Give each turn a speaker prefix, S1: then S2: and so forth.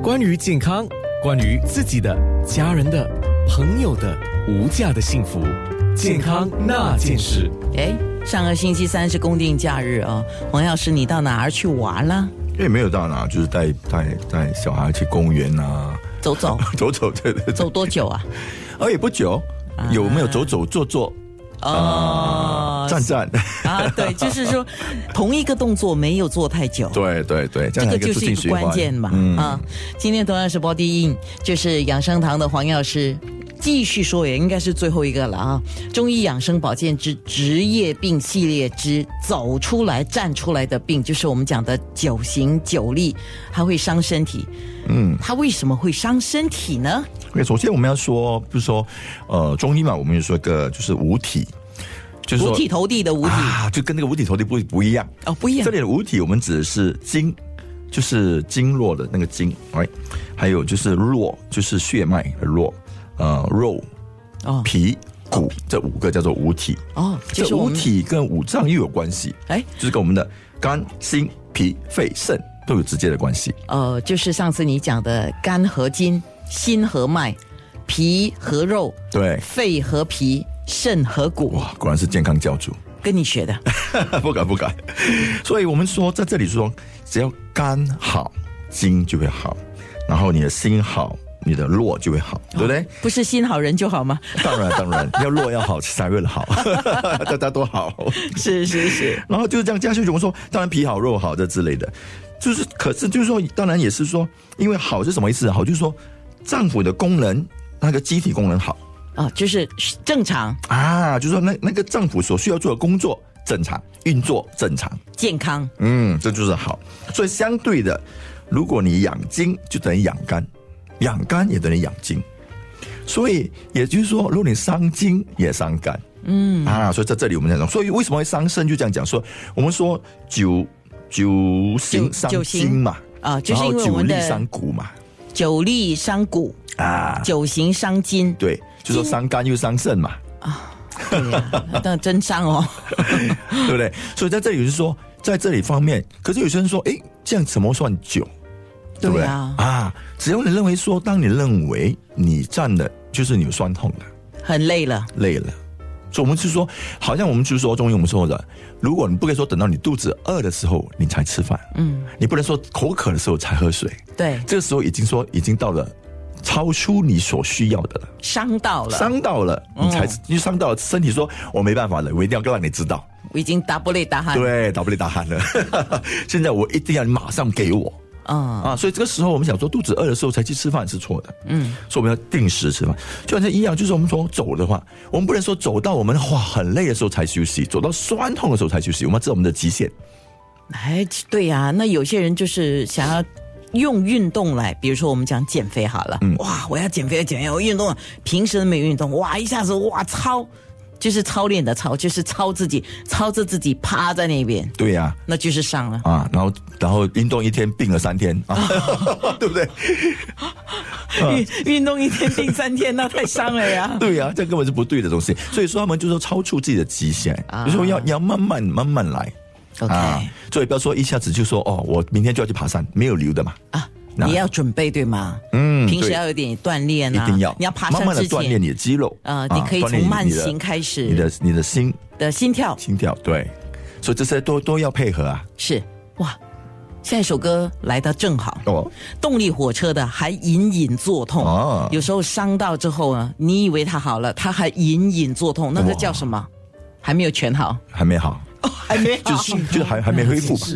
S1: 关于健康，关于自己的、家人的、朋友的无价的幸福，健康那件事。
S2: 哎，上个星期三是公定假日哦，黄药师，你到哪儿去玩了？
S3: 也没有到哪，就是带带带小孩去公园啊，
S2: 走走，
S3: 走走，对对对，
S2: 走啊多久啊？
S3: 而也不久，有没有走走坐坐
S2: 哦
S3: 啊，站站？
S2: 啊，对，就是说同一个动作没有做太久。
S3: 对对对，这
S2: 这
S3: 样
S2: 个
S3: 才一
S2: 就
S3: 个促
S2: 是一
S3: 进
S2: 个
S3: 循环嗯
S2: 关键嘛，啊！今天同样是 Body In，就是养生堂的黄药师，继续说也应该是最后一个了啊！中医养生保健之职业病系列之走出来站出来的病，就是我们讲的九型九力，它会伤身体。嗯，它为什么会伤身体呢？
S3: OK，首先我们要说，就是说，呃，中医嘛，我们有说一个就是五体，就是
S2: 五
S3: 说
S2: 体投地的五体、
S3: 啊，就跟那个五体投地不不一样。
S2: 哦，不一样
S3: 这。里的五体，我们指的是经，就是经络的那个经，哎，还有就是络，就是血脉的络，呃，肉、
S2: 哦
S3: 皮、骨这五个叫做五体。
S2: 哦，就
S3: 这
S2: 是我
S3: 五
S2: 们
S3: 体跟五脏又有关系，
S2: 哎
S3: 就是跟我们的肝、心、脾、肺、肾都有直接的关系。
S2: 呃，就是上次你讲的肝和筋，心和脉，脾和肉，
S3: 对
S2: 肺和脾，肾和骨，
S3: 哇，果然是健康教主。
S2: 跟你学的。
S3: 不敢不敢。所以我们说，在这里说，只要肝好，筋就会好，然后你的心好，你的络就会好，对不对？
S2: 不是心好人就好吗？
S3: 当然当然，要络要好，才会好， 大家都好。
S2: 是是 是，
S3: 然后就是这样加下去，我们说，当然皮好肉好这之类的，就是可是就是说，当然也是说，因为好是什么意思？啊好就是说，脏腑的功能，那个机体功能好
S2: 啊，就是正常、
S3: 啊，就是说那那个脏腑所需要做的工作正常，运作正常。
S2: 健康
S3: 嗯，这就是好。所以相对的，如果你养精，就等于养肝；养肝也等于养精。所以也就是说，如果你伤筋，也伤肝。嗯啊，所以在这里我们在讲，所以为什么会伤身？就这样讲说，我们说九九行
S2: 九
S3: 伤
S2: 九行
S3: 筋嘛，
S2: 啊就是
S3: 然后
S2: 因为我
S3: 九
S2: 们的
S3: 力伤骨嘛，
S2: 九力伤骨，
S3: 啊，
S2: 九行伤筋。
S3: 对，就说
S2: 筋
S3: 伤肝又伤肾嘛，
S2: 对
S3: 啊
S2: 哎呀、那真伤哦。
S3: 对不对？所以在这里就是说，在这里方面，可是有些人说，诶，这样怎么算久？对不
S2: 对
S3: 对
S2: 啊
S3: 只要你认为说，当你认为你站的，就是你有酸痛了、
S2: 很累了，
S3: 累了，所以我们就说，好像我们就是说中医我们说的，如果你不可以说等到你肚子饿的时候你才吃饭，
S2: 嗯，
S3: 你不能说口渴的时候才喝水，
S2: 对，
S3: 这个时候已经说已经到了超出你所需要的了。
S2: 伤到了，嗯
S3: 伤到了，你才、因为伤到了，身体说我没办法了，我一定要让你知道。
S2: 我已经打不累打鼾。，
S3: 对，打不累打鼾了。 现在我一定要你马上给我
S2: 嗯，
S3: 啊！所以这个时候我们想说，肚子饿的时候才去吃饭是错的。嗯，所以我们要定时吃饭。就好像一样，就是我们说走的话，我们不能说走到我们哇很累的时候才休息，走到酸痛的时候才休息。我们要知道我们的极限。
S2: 哎，对呀、那有些人就是想要用运动来，比如说我们讲减肥好了，
S3: 嗯
S2: 哇，我要减肥，减肥，我运动了，平时都没有运动，哇，一下子哇操，就是操练的操，就是操自己，操着自己趴在那边，
S3: 对呀、
S2: 那就是伤 了。
S3: 啊，然后然后运动一天病了三天啊， 对不对？嗯
S2: 运运动一天病三天，那太伤了 呀。
S3: 对呀、这根本是不对的东西。所以说他们就说超出自己的极限，就说要要慢慢慢慢来。啊
S2: OK
S3: 所以不要说一下子就说哦，我明天就要去爬山，没有理由的嘛。
S2: 啊，
S3: 那
S2: 你要准备对吗？
S3: 嗯
S2: 平时
S3: 对
S2: 要有点锻炼
S3: 一
S2: 啊，
S3: 定要，
S2: 你要爬
S3: 慢
S2: 山
S3: 慢的
S2: 之前
S3: 锻炼你的肌肉啊
S2: 呃你可以
S3: 锻炼
S2: 从慢
S3: 你的
S2: 行开始
S3: 你的你的心
S2: 的心跳
S3: 心跳对，所以这些都都要配合啊。
S2: 是哇。下一首歌来的正好
S3: 哦，
S2: 动力火车的还隐隐作痛，
S3: 哦
S2: 有时候伤到之后呢，你以为他好了，他还隐隐作痛，那个
S3: 哇
S2: 叫什么？还没有全好，
S3: 还没好，
S2: 还没
S3: 就是就是还还没恢复吧。